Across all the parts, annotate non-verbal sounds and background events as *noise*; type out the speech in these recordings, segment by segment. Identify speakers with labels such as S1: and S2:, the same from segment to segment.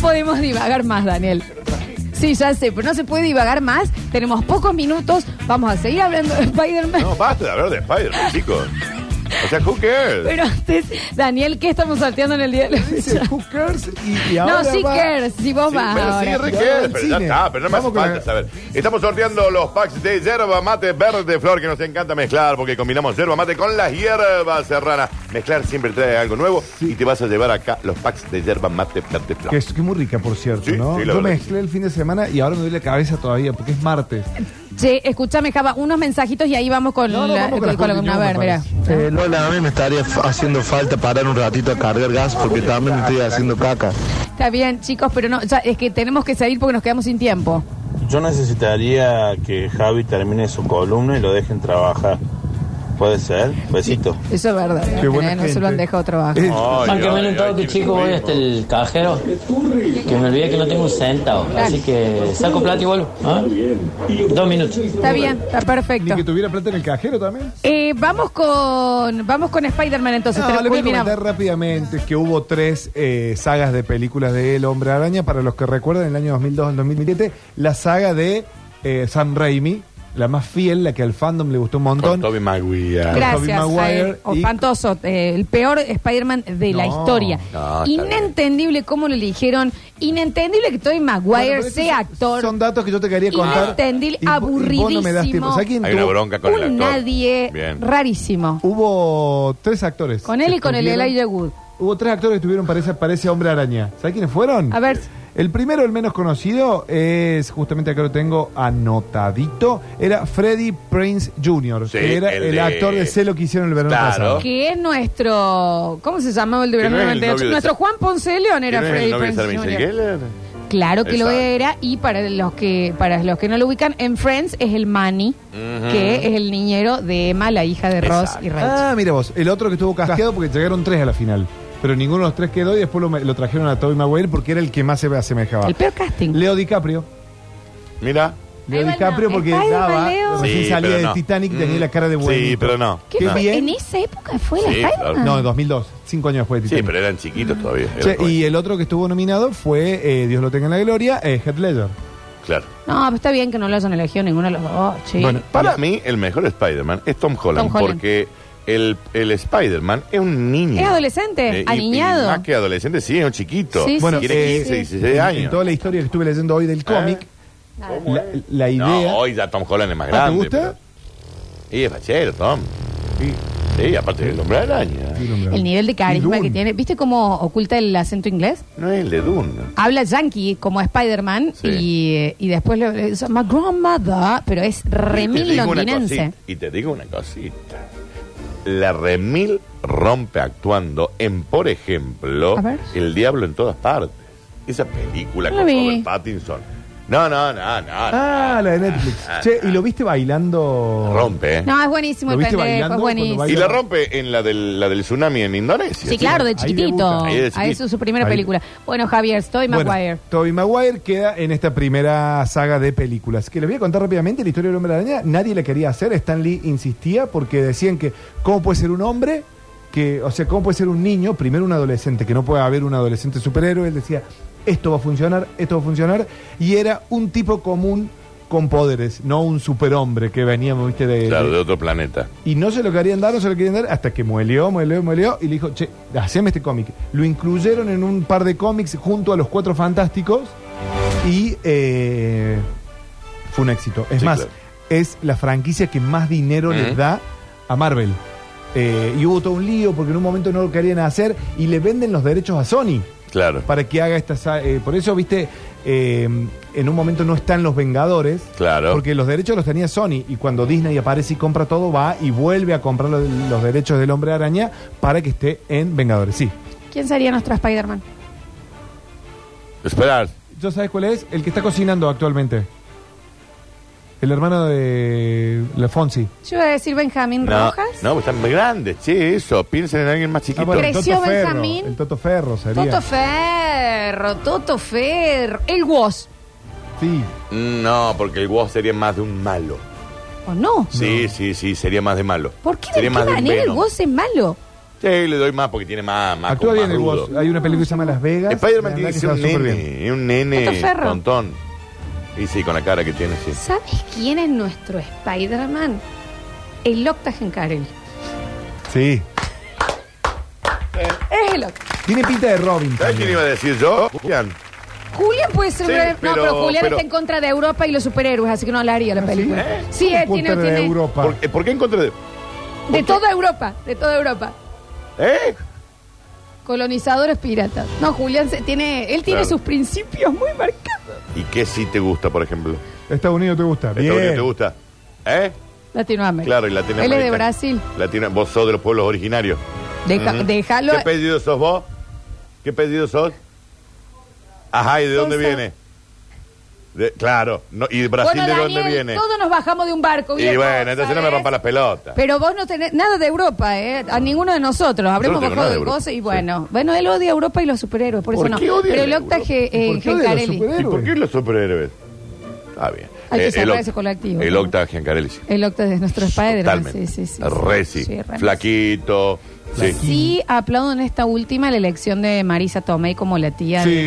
S1: podemos divagar más, Daniel. Sí, ya sé, pero no se puede divagar más. Tenemos pocos minutos. Vamos a seguir hablando de Spider-Man.
S2: No, basta de hablar de Spider-Man, chicos. O sea, who cares?
S1: Pero antes, Daniel, ¿qué estamos salteando en el día de la
S3: *laughs* Dice
S1: fecha?
S3: hookers y, y ahora
S1: No, sí,
S3: va-
S1: cares, si vos
S2: Sí,
S1: vas
S2: pero sí,
S1: ahora.
S2: re
S3: Ya
S2: que-
S3: va al
S2: pero ya
S3: cine.
S2: está, pero no me hace
S3: Vamos con
S2: falta
S3: la-
S2: saber. Estamos sorteando los packs de yerba mate verde flor que nos encanta mezclar porque combinamos yerba mate con las hierbas serranas. Mezclar siempre trae algo nuevo y te vas a llevar acá los packs de yerba mate verde flor.
S3: Que es que es muy rica, por cierto,
S2: Sí,
S3: ¿no?
S2: sí, la
S3: Yo
S2: verdad que
S3: mezclé el fin de semana y ahora me duele la cabeza todavía porque es martes.
S1: Che, escúchame, Java, unos mensajitos y ahí vamos con
S3: No, no,
S1: la,
S3: vamos con la
S1: con la
S3: columna,
S1: columna. A ver,
S3: me
S1: mira.
S4: Eh, Lola, a mí me estaría f- haciendo falta parar un ratito a cargar gas porque también estoy haciendo caca.
S1: Está bien, chicos, pero no, ya, es que tenemos que salir porque nos quedamos sin tiempo.
S5: Yo necesitaría que Javi termine su columna y lo dejen trabajar. ¿Puede ser? Besito.
S1: Eso es verdad.
S3: Qué buena
S1: eh, no se lo
S3: gente.
S1: han dejado trabajar.
S3: Eh,
S2: Ay,
S6: Aunque me
S2: ay,
S6: han
S2: ay,
S6: un que
S2: qué este.
S6: chico, voy
S2: rico.
S6: hasta este, el cajero. Que me olvidé que no tengo un centavo. Así que saco plata y vuelvo. ¿ah? Dos minutos.
S1: Está bien, está
S3: Ni
S1: perfecto.
S3: que tuviera plata en el cajero también.
S1: Eh, vamos con vamos con Spider-Man entonces.
S3: No,
S1: Te-
S3: Ah, le voy a
S1: culminamos.
S3: comentar rápidamente que hubo tres eh, sagas de películas de El Hombre Araña. Para los que recuerdan, en el año 2002 al 2007, la saga de eh, Sam Raimi, la más fiel, la que al fandom le gustó un montón.
S2: Con Tobey Maguire.
S3: Gra- Tobey
S1: Gracias.
S3: Maguire
S1: Jair. Oh,
S3: y-
S1: Espantoso. eh, el peor Spider-Man de la
S3: No,
S1: historia.
S2: no, está
S1: Inentendible cómo lo eligieron. Inentendible que Tobey
S3: Bueno,
S1: Maguire
S3: pero estos
S1: sea
S3: son-
S1: actor.
S3: Son datos que yo te quería contar.
S1: Inentendible,
S3: Y vo- y vos no me das tiempo.
S1: aburridísimo.
S3: ¿Sabés quién
S2: Hay una
S3: tuvo-
S2: bronca con el
S1: un
S2: actor.
S1: nadie
S2: Bien.
S1: rarísimo.
S3: Hubo tres actores.
S1: Con él
S3: que
S1: y con el
S3: estuvieron-
S1: Elijah Wood.
S3: Hubo tres actores que estuvieron para ese, para ese hombre araña. ¿Sabes quiénes fueron?
S1: A ver.
S3: El primero, el menos conocido, es justamente acá lo tengo anotadito. Era Freddie Prince Jr.,
S2: Sí,
S3: que era
S2: el
S3: el,
S2: de-
S3: actor de Celo que hicieron el verano
S2: Claro.
S3: pasado.
S1: Que es nuestro. ¿Cómo se llamaba el de
S2: Que
S1: verano
S2: no es el
S1: 98?
S2: novio de
S1: Nuestro
S2: Sa-
S1: Juan Ponce de León era
S2: ¿Quién es el
S1: Freddy
S2: novio de
S1: Prinze
S2: Sarah Michelle
S1: Jr.
S2: Gellar?
S1: Claro que lo
S2: Exacto.
S1: era. Y para los que para los que no lo ubican, en Friends es el Manny,
S2: Ujú.
S1: que es el niñero de Emma, la hija de Ross
S2: Exacto.
S1: y Rachel.
S3: Ah, mira vos. El otro que estuvo casqueado porque llegaron tres a la final. Pero ninguno de los tres quedó y después lo, lo trajeron a Tobey Maguire porque era el que más se asemejaba.
S1: el peor casting.
S3: Leo DiCaprio.
S2: Mira.
S3: Leo
S1: Ahí va,
S3: DiCaprio
S1: no.
S3: porque
S1: Spider-Man,
S3: daba,
S1: Leo.
S3: recién
S2: Sí,
S3: salía
S2: pero
S3: de
S2: no.
S3: Titanic y tenía
S2: Mm.
S3: la cara de
S2: Sí,
S3: buenito.
S2: pero no.
S1: ¿Qué
S3: Qué
S1: fue?
S3: bien.
S1: En esa época fue la
S2: Sí,
S1: Spider-Man.
S2: claro.
S3: No, en 2002, cinco años después de
S2: Sí,
S3: Titanic.
S2: pero eran chiquitos todavía. eran
S3: Che, y
S2: jóvenes.
S3: el otro que estuvo nominado fue, eh, Dios lo tenga en la gloria, eh, Heath Ledger.
S2: Claro.
S1: No, pero está bien que no lo hayan elegido ninguno de los dos. che.
S3: Bueno,
S2: Para mí, el mejor Spider-Man es Tom Holland,
S1: Tom Holland.
S2: porque el, el Spider-Man es un niño.
S1: Es adolescente,
S2: Eh, y-
S1: aniñado.
S2: y más que adolescente, sí, es un chiquito.
S1: Sí,
S3: Bueno,
S2: Tiene
S3: eh,
S2: 15, 16
S3: en-
S2: años. Ah.
S3: En toda la historia que estuve leyendo hoy del cómic, la, la idea...
S2: No, hoy ya Tom Holland es más
S3: Ah,
S2: grande.
S3: ¿Te gusta?
S2: pero- Y es fachero, Tom. Sí, aparte del hombre araña.
S3: Sí, hombre.
S1: el nivel de carisma
S3: Y
S1: que
S3: Dune.
S1: tiene. ¿Viste cómo oculta el acento inglés?
S2: No es el de Dune.
S1: Habla yankee como Spider-Man
S2: Sí.
S1: y, eh, y después lo le dice, My grandmother, pero es
S2: Y te
S1: remil
S2: digo una
S1: londinense.
S2: cosita, Y te digo una cosita. La remil rompe actuando en, por ejemplo,
S1: A ver.
S2: El Diablo en todas partes. Esa película
S1: No
S2: con
S1: la vi.
S2: Robert Pattinson. No, no, no, no.
S3: Ah, la de Netflix.
S2: Ah,
S3: che,
S2: ah,
S3: ¿y lo viste bailando?
S2: no. Rompe. ¿eh?
S1: No, es buenísimo el
S3: ¿Lo viste
S1: pendejo, es
S3: bailando cuando
S1: buenísimo.
S3: baila?
S2: Y la rompe en la del, la del tsunami en Indonesia.
S1: Sí, claro, de
S3: Ahí
S1: chiquitito.
S3: debuta.
S2: Ahí de
S1: Ahí
S2: chiquito.
S1: es su primera
S3: Ahí.
S1: película. Bueno, Javier, estoy
S3: Bueno,
S1: Maguire.
S3: Tobey Maguire queda en esta primera saga de películas. Que les voy a contar rápidamente la historia del hombre araña. Nadie la quería hacer. Stan Lee insistía porque decían que, ¿cómo puede ser un hombre? Que, o sea, ¿cómo puede ser un niño? Primero un adolescente, que no puede haber un adolescente superhéroe. Él decía, esto va a funcionar, esto va a funcionar. Y era un tipo común con poderes, no un superhombre que veníamos, viste, de-
S2: Claro,
S3: de,
S2: de otro planeta.
S3: y no se lo querían dar, no se lo querían dar, hasta que mueleó, mueleó, mueleó, y le dijo, che, haceme este cómic. Lo incluyeron en un par de cómics junto a los Cuatro Fantásticos y eh, fue un éxito. Es
S2: Sí,
S3: más,
S2: claro. Eh.
S3: es la franquicia que más dinero
S2: Ujú.
S3: les da a Marvel. Eh, y hubo todo un lío porque en un momento no lo querían hacer y le venden los derechos a Sony
S2: Claro,
S3: para que haga esta... sa- eh, por eso, viste, eh, en un momento no están los Vengadores.
S2: claro.
S3: Porque los derechos los tenía Sony y cuando Disney aparece y compra todo, va y vuelve a comprar lo- los derechos del hombre araña para que esté en Vengadores. Sí.
S1: ¿Quién sería nuestro Spider-Man?
S2: Esperar.
S3: ¿Yo sabes cuál es? El que está cocinando actualmente. El hermano de Ah, la Fonsi.
S1: Yo iba a decir Benjamín
S2: No,
S1: Rojas. Ah,
S2: no, pues están muy grandes, che, eso. Piensen en alguien más chiquito.
S1: bueno, Creció
S3: el Toto Ferro,
S1: Benjamín.
S3: el Toto Ferro sería.
S1: Toto Ferro, Toto Ferro. El Woz.
S3: Sí.
S2: No, porque el WoW sería más de un malo.
S1: ¿O no?
S2: Sí, sí, sí, sería más de malo.
S1: ¿Por qué? ¿De
S2: Sería
S1: qué
S2: más de un
S1: manera el
S2: Venom.
S1: Woz es malo?
S2: Sí, le doy más porque tiene más. más
S3: Actúa
S2: más
S3: bien el
S2: rudo.
S3: vos. Hay una película que se llama Las Vegas.
S2: Spider-Man
S3: La
S2: tiene
S3: verdad
S2: que ser un
S3: está súper bien.
S2: nene, un nene
S1: Otto Ferro.
S2: tontón. Y sí, con la cara que tiene, sí.
S1: ¿Sabes quién es nuestro Spider-Man? El Octagen Carell.
S3: Sí.
S1: Es el Octagen.
S3: Tiene pinta de Robin.
S2: ¿Sabes quién
S3: también.
S2: iba a decir yo? Julián.
S1: Julián puede ser.
S2: Sí,
S1: un- no,
S2: pero-
S1: pero Julián
S2: pero-
S1: está en contra de Europa y los superhéroes, así que no la haría la
S3: ¿Ah, sí?
S1: película.
S3: ¿Eh?
S1: Sí,
S3: ¿Cómo
S1: él tiene.
S3: punta de
S1: tiene-
S3: Europa.
S2: ¿Por, eh, por qué en contra de.?
S1: de toda Europa, de toda Europa.
S2: ¿Eh?
S1: Colonizadores piratas. No, Julián se- tiene. Él tiene
S2: Claro.
S1: sus principios muy marcados.
S2: ¿Y qué sí te gusta, por ejemplo?
S3: Estados Unidos te gusta.
S2: ¿Estados Unidos
S3: Bien.
S2: te gusta? ¿Eh?
S1: Latinoamérica.
S2: Claro, y Latinoamérica.
S1: Él es de Brasil.
S2: Latino, vos sos de los pueblos originarios.
S1: Deja-
S2: Ujú.
S1: Déjalo.
S2: ¿Qué pedido sos vos? ¿Qué pedido sos? Ajá, ¿y de dónde
S1: Sosa.
S2: viene? De- claro, no, ¿y Brasil
S1: bueno,
S2: de
S1: Daniel,
S2: dónde viene?
S1: todos nos bajamos de un barco.
S2: Y
S1: viejo,
S2: bueno, entonces no me
S1: ¿sabes?
S2: rompa las pelotas.
S1: Pero vos no tenés nada de Europa, ¿eh? A ninguno de nosotros. Habremos
S2: tengo nada
S1: bajado
S2: de
S1: de
S2: Europa,
S1: cosas y bueno. Bueno, él odia Europa y los superhéroes, por,
S2: ¿Por
S1: eso no.
S2: qué odia
S1: Pero el
S2: a Europa?
S1: Octa Ge-
S3: ¿Y
S1: eh,
S3: por qué odia a los
S1: Gencarelli.
S3: superhéroes?
S2: ¿Y por qué los superhéroes? Está bien.
S1: Hay que cerrar
S2: Oc-
S1: ese colectivo,
S2: El
S1: ¿no?
S2: Octa Giancarelli. sí.
S1: El Octa de nuestro Spider-Man.
S2: Totalmente.
S1: Sí, sí, sí.
S2: Reci,
S1: Sí, re-
S2: flaquito. Sí.
S1: Sí, aplaudo en esta última la elección de Marisa Tomei como la tía. de-
S3: Sí.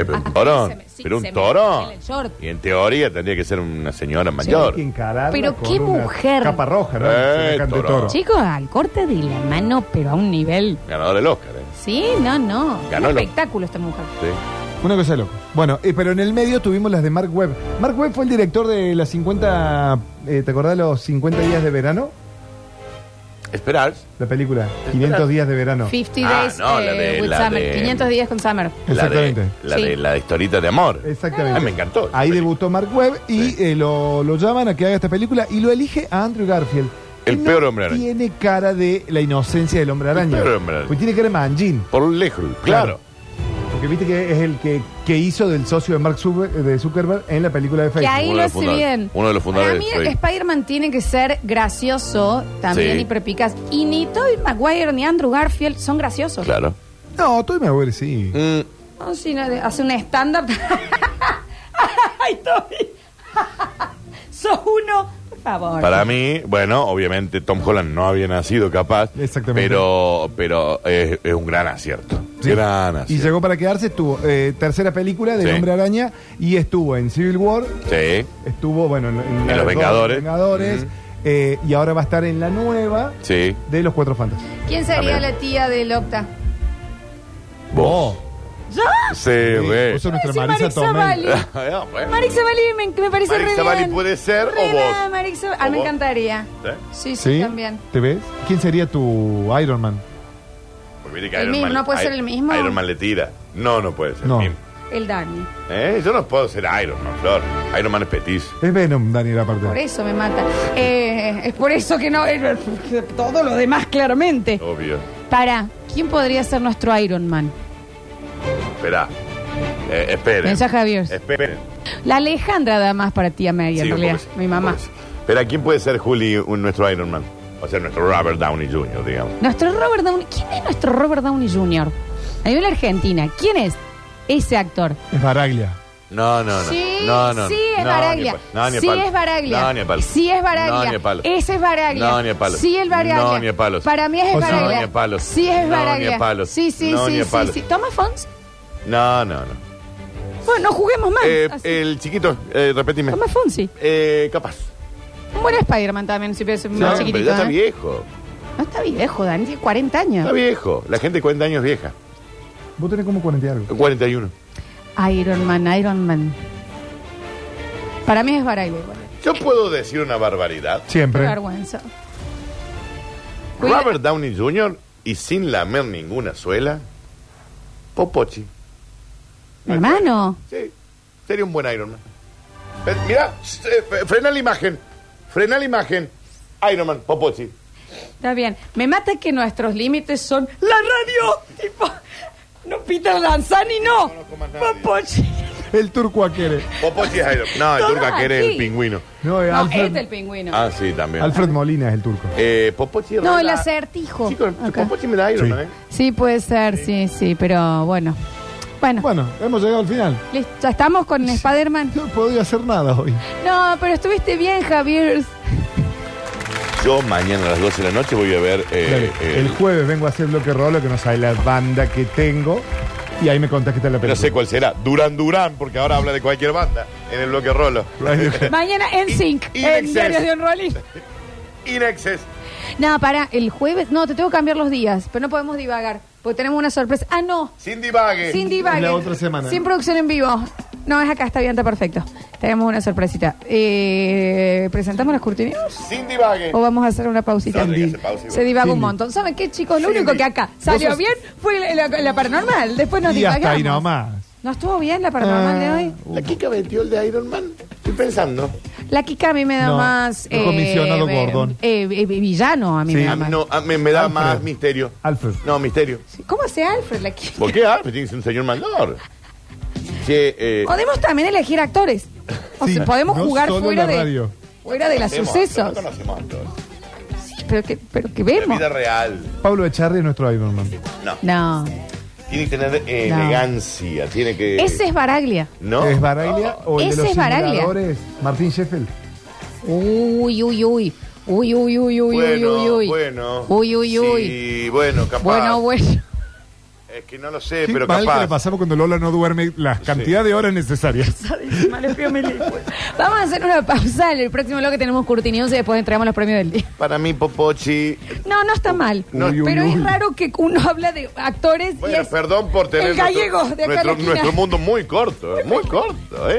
S2: Eh, pero un
S1: Ah, se
S2: torón.
S1: me- sí,
S2: pero
S1: se
S2: un
S1: me
S2: torón.
S1: cae el short.
S2: Y en teoría tendría que ser una señora mayor.
S1: Pero qué mujer.
S3: Capa roja, ¿no?
S2: Eh,
S3: Se le canta el
S2: toro.
S3: toro.
S1: Chicos, al corte de la mano, pero a un nivel.
S2: Ganador del Oscar, ¿eh?
S1: Sí, no, no.
S2: Ganó
S1: un
S2: lo-
S1: espectáculo esta mujer.
S2: Sí.
S3: Una cosa de loco. Bueno, eh, pero en el medio tuvimos las de Mark Webb. Mark Webb fue el director de las 50. eh, ¿Te acordás los 50 días de verano?
S2: Esperar.
S3: La película. 500 días de verano.
S1: 50
S2: Ah,
S1: Days
S2: no, la
S1: eh,
S2: de-
S1: with
S2: la
S1: Summer.
S2: de-
S1: 500 días con Summer.
S2: La de,
S3: Exactamente.
S2: la,
S1: Sí.
S2: de, la de historita de amor.
S3: Exactamente.
S2: Ah, me encantó.
S3: Ahí debutó Mark Webb y eh, lo, lo llaman a que haga esta película y lo elige a Andrew Garfield.
S2: El
S3: Que
S2: peor hombre araña.
S3: Tiene cara de la inocencia del hombre araña.
S2: peor hombre araña.
S3: Pues tiene cara de manjín.
S2: Por lejos, claro.
S3: Porque viste que es el que, que hizo del socio de Mark Zucker- de Zuckerberg en la película de
S1: Que
S3: Facebook.
S1: ahí
S2: Uno
S1: lo
S2: de los
S1: hace
S2: fundadores-
S1: bien.
S2: uno de los fundadores
S1: Para
S2: de
S1: mí,
S2: Facebook.
S1: Spider-Man tiene que ser gracioso también
S2: Sí.
S1: y perpicaz. Y ni Tobey Maguire ni Andrew Garfield son graciosos.
S2: Claro.
S3: No, Tobey Maguire sí.
S2: Mm,
S1: No, si no, hace un stand-up. *laughs* ¡Ay, Tobey! *laughs* ¡Sos uno! Por favor.
S2: para mí, bueno, obviamente Tom Holland no había nacido capaz.
S3: Exactamente.
S2: Pero, pero es, es un gran acierto.
S3: Sí.
S2: Gran
S3: Y
S2: acierto.
S3: llegó para quedarse, estuvo eh, tercera película del
S2: Sí.
S3: Hombre Araña y estuvo en Civil War,
S2: Sí.
S3: estuvo, bueno, en, en
S2: En
S3: la
S2: Los
S3: de
S2: Vengadores.
S3: Vengadores,
S2: Ujú.
S3: eh, y ahora va a estar en la nueva
S2: Sí.
S3: de Los Cuatro Fantasmas.
S1: ¿Quién sería
S2: También.
S1: la tía del Octa?
S2: Vos.
S3: Oh,
S2: ¿Yo? Sí, *laughs* güey.
S3: Puso eh, nuestra
S1: Sí,
S3: Marisa
S1: Marisa
S3: Tomei.
S1: Vale.
S2: Ah, bueno.
S1: Marix Zavali me, me parece
S2: Marix
S1: re
S2: Zavali
S1: bien.
S2: puede ser,
S1: Re
S2: o vos.
S1: bien, Marix Zavali. Ah,
S2: O
S1: me
S2: vos.
S1: encantaría.
S2: ¿Sí?
S1: Sí, sí,
S3: ¿Sí?
S1: también.
S3: ¿Te ves? ¿Quién sería tu Iron Man?
S2: Porque viste que
S1: El
S2: Iron
S1: mismo,
S2: Man-
S1: ¿no puede
S2: Iron-
S1: ser el mismo?
S2: Iron Man le tira. No, no puede ser
S3: No.
S2: el mismo.
S1: El Dani.
S2: ¿Eh? Yo no puedo ser Iron Man, Flor. Iron Man es petiz.
S3: Es Venom, Daniel, aparte.
S1: Por eso me mata. Eh, es por eso que no. eh, Todo lo demás, claramente.
S2: Obvio.
S1: Para, ¿quién podría ser nuestro Iron Man?
S2: Esperá. Eh, esperen.
S1: Pensá, Javier.
S2: Esperen.
S1: La Alejandra da más para tía Mary,
S2: Sí,
S1: en
S2: un
S1: realidad.
S2: poco sí,
S1: Mi
S2: un
S1: mamá.
S2: poco sí. Pero ¿quién puede ser Juli un- nuestro Iron Man? O sea, nuestro Robert Downey Jr., digamos.
S1: Nuestro Robert Downey. ¿Quién es nuestro Robert Downey Jr.? A nivel Argentina. ¿Quién es ese actor?
S3: Es Baraglia.
S2: No, no, no.
S1: Sí,
S2: no, no,
S1: sí
S2: no,
S1: es
S2: ni
S1: Baraglia.
S2: a pa- No, ni a
S1: sí
S2: palo.
S1: es Baraglia.
S2: No, ni a palo.
S1: Sí es Baraglia.
S2: No, ni a palo.
S1: Ese es Baraglia.
S2: No, ni a palo.
S1: Sí es Baraglia.
S2: No, ni a palos.
S1: Para mí es
S3: O sea,
S1: Baraglia.
S2: no, ni a palos.
S1: Sí es
S2: No,
S1: Baraglia.
S2: ni a palos.
S1: Sí, sí,
S2: No,
S1: sí,
S2: ni a
S1: sí,
S2: palos.
S1: sí. Toma Fons.
S2: No, no, no.
S1: Bueno, no juguemos más.
S2: Eh,
S1: Ah, Así.
S2: el chiquito, eh, repetime.
S1: Toma Fonsi.
S2: Eh, capaz.
S1: Un buen Spider-Man también, si pienso
S2: No,
S1: más chiquitito.
S2: pero ya está
S1: ¿eh?
S2: viejo.
S1: No está viejo, Dani, tiene 40 años.
S2: Está viejo. La gente de 40 años es vieja.
S3: Vos tenés como 40 y algo.
S2: 41.
S1: Iron Man, Iron Man. Para mí es Baraglia igual.
S2: Yo puedo decir una barbaridad.
S1: Qué
S3: Siempre.
S1: vergüenza. Cuida-
S2: Robert Downey Jr. y sin lamer ninguna suela, Popochi.
S1: Hermano.
S2: Sí, sería un buen Iron Man. Ve- Mirá, eh, fre- frena la imagen. Frena la imagen. Iron Man, Popochi.
S1: Está bien. Me mata que nuestros límites son la radio. Tipo, no Peter Lanzani, no.
S2: conozco más nadie.
S1: Popochi.
S3: El turco aquere.
S2: Popochi es Iron Man. No, el
S1: Todo
S2: turca que eres
S1: así.
S2: el pingüino.
S3: No, es
S1: No,
S3: Alfred,
S1: este el pingüino.
S2: Ah, sí, también.
S3: Alfred Molina es el turco.
S2: Eh, Popochi
S1: no,
S2: re
S1: el
S2: la-
S1: acertijo.
S2: Chicos,
S1: Acá.
S2: Popochi me da Iron
S3: Sí.
S2: Man, ¿eh?
S1: Sí, puede ser, sí, sí, pero bueno. Bueno,
S3: Bueno, hemos llegado al final.
S1: listo. Ya estamos con Spider-Man.
S2: Eh,
S3: No he podido hacer nada hoy.
S1: *laughs* No, pero estuviste bien, Javier.
S2: Yo mañana a las 12 de la noche voy a ver. eh,
S3: Claro,
S2: eh,
S3: el jueves vengo a hacer bloque rolo que no sabe la banda que tengo y ahí me contás qué tal la
S2: pero
S3: película.
S2: sé cuál será. Durán Durán, porque ahora habla de cualquier banda en el bloque rolo. *laughs*
S1: Mañana en
S2: In-
S1: Sync,
S2: In
S1: en
S2: Excess.
S1: Diarios de un Rolling.
S2: Inexes.
S1: No, para, el jueves. No, te tengo que cambiar los días, pero no podemos divagar, porque tenemos una sorpresa. Ah, no.
S2: Cindy Vague.
S1: Sin divague.
S3: Eh, La otra semana.
S1: Sin producción en vivo. No, es acá, está bien, está perfecto. Tenemos una sorpresita. Eh, ¿Presentamos las cortinas?
S2: Cindy Vague.
S1: ¿O vamos a hacer una pausita?
S2: No, hay que hacer pausa igual.
S1: Se divaga un
S3: Cindy.
S1: montón. ¿Saben qué, chicos? Lo
S2: Cindy.
S1: único que acá salió
S3: sos-
S1: bien fue la, la- la paranormal. Después nos
S3: y hasta
S1: divagamos.
S3: ahí nomás. Ah.
S1: ¿No estuvo bien la paranormal de hoy?
S2: La Kika metió el de Iron Man. Estoy pensando.
S1: La Kika a mí me da
S3: No,
S1: más...
S3: el comisionado Gordon.
S1: eh, eh, villano a mí
S3: Sí.
S1: me da
S2: A mí
S1: más.
S2: no, a mí me da
S3: Alfred.
S2: más misterio.
S3: Alfred.
S2: No, misterio.
S1: ¿Cómo hace Alfred la Kika?
S2: ¿Por qué Alfred? Tiene que ser un señor mayor. Che, eh,
S1: Podemos también elegir actores. O
S3: Sí,
S1: sea, podemos
S3: no
S1: jugar
S3: solo
S1: fuera
S3: la
S1: de,
S3: radio.
S1: fuera de los
S2: conocemos,
S1: sucesos.
S2: No conocemos a todos.
S1: Pero que, pero que
S2: La
S1: vemos.
S2: vida real.
S3: Pablo Echarri es nuestro Iron Man.
S2: No.
S1: No.
S2: Eh. Tiene que tener eh,
S1: No.
S2: elegancia. Tiene que.
S1: Ese es Baraglia.
S2: ¿No?
S3: ¿Es Baraglia o el
S1: Ese
S3: de los
S1: es Baraglia.
S3: simuladores? Martín Sheffield.
S1: Uy, uy, uy. Uy, uy, uy, uy,
S2: bueno,
S1: uy, uy.
S2: bueno.
S1: Uy, uy, uy.
S2: Sí, bueno, capaz.
S1: Bueno, bueno. *laughs*
S2: Es que no lo sé,
S3: Qué
S2: pero
S3: mal que
S2: capaz.
S3: le pasamos cuando Lola no duerme la cantidad de horas necesarias.
S1: Vamos a hacer una pausa. En el próximo bloque tenemos Curti News y después entregamos los premios del día.
S2: Para mí, Popochi.
S1: No, no está mal.
S2: No.
S3: Uy, uy,
S1: pero
S3: uy.
S1: es raro que uno habla de actores y
S2: Bueno,
S1: es
S2: perdón por tener.
S1: el gallego
S2: nuestro,
S1: de acá a la
S2: nuestro,
S1: esquina.
S2: nuestro mundo muy corto, muy corto, ¿eh?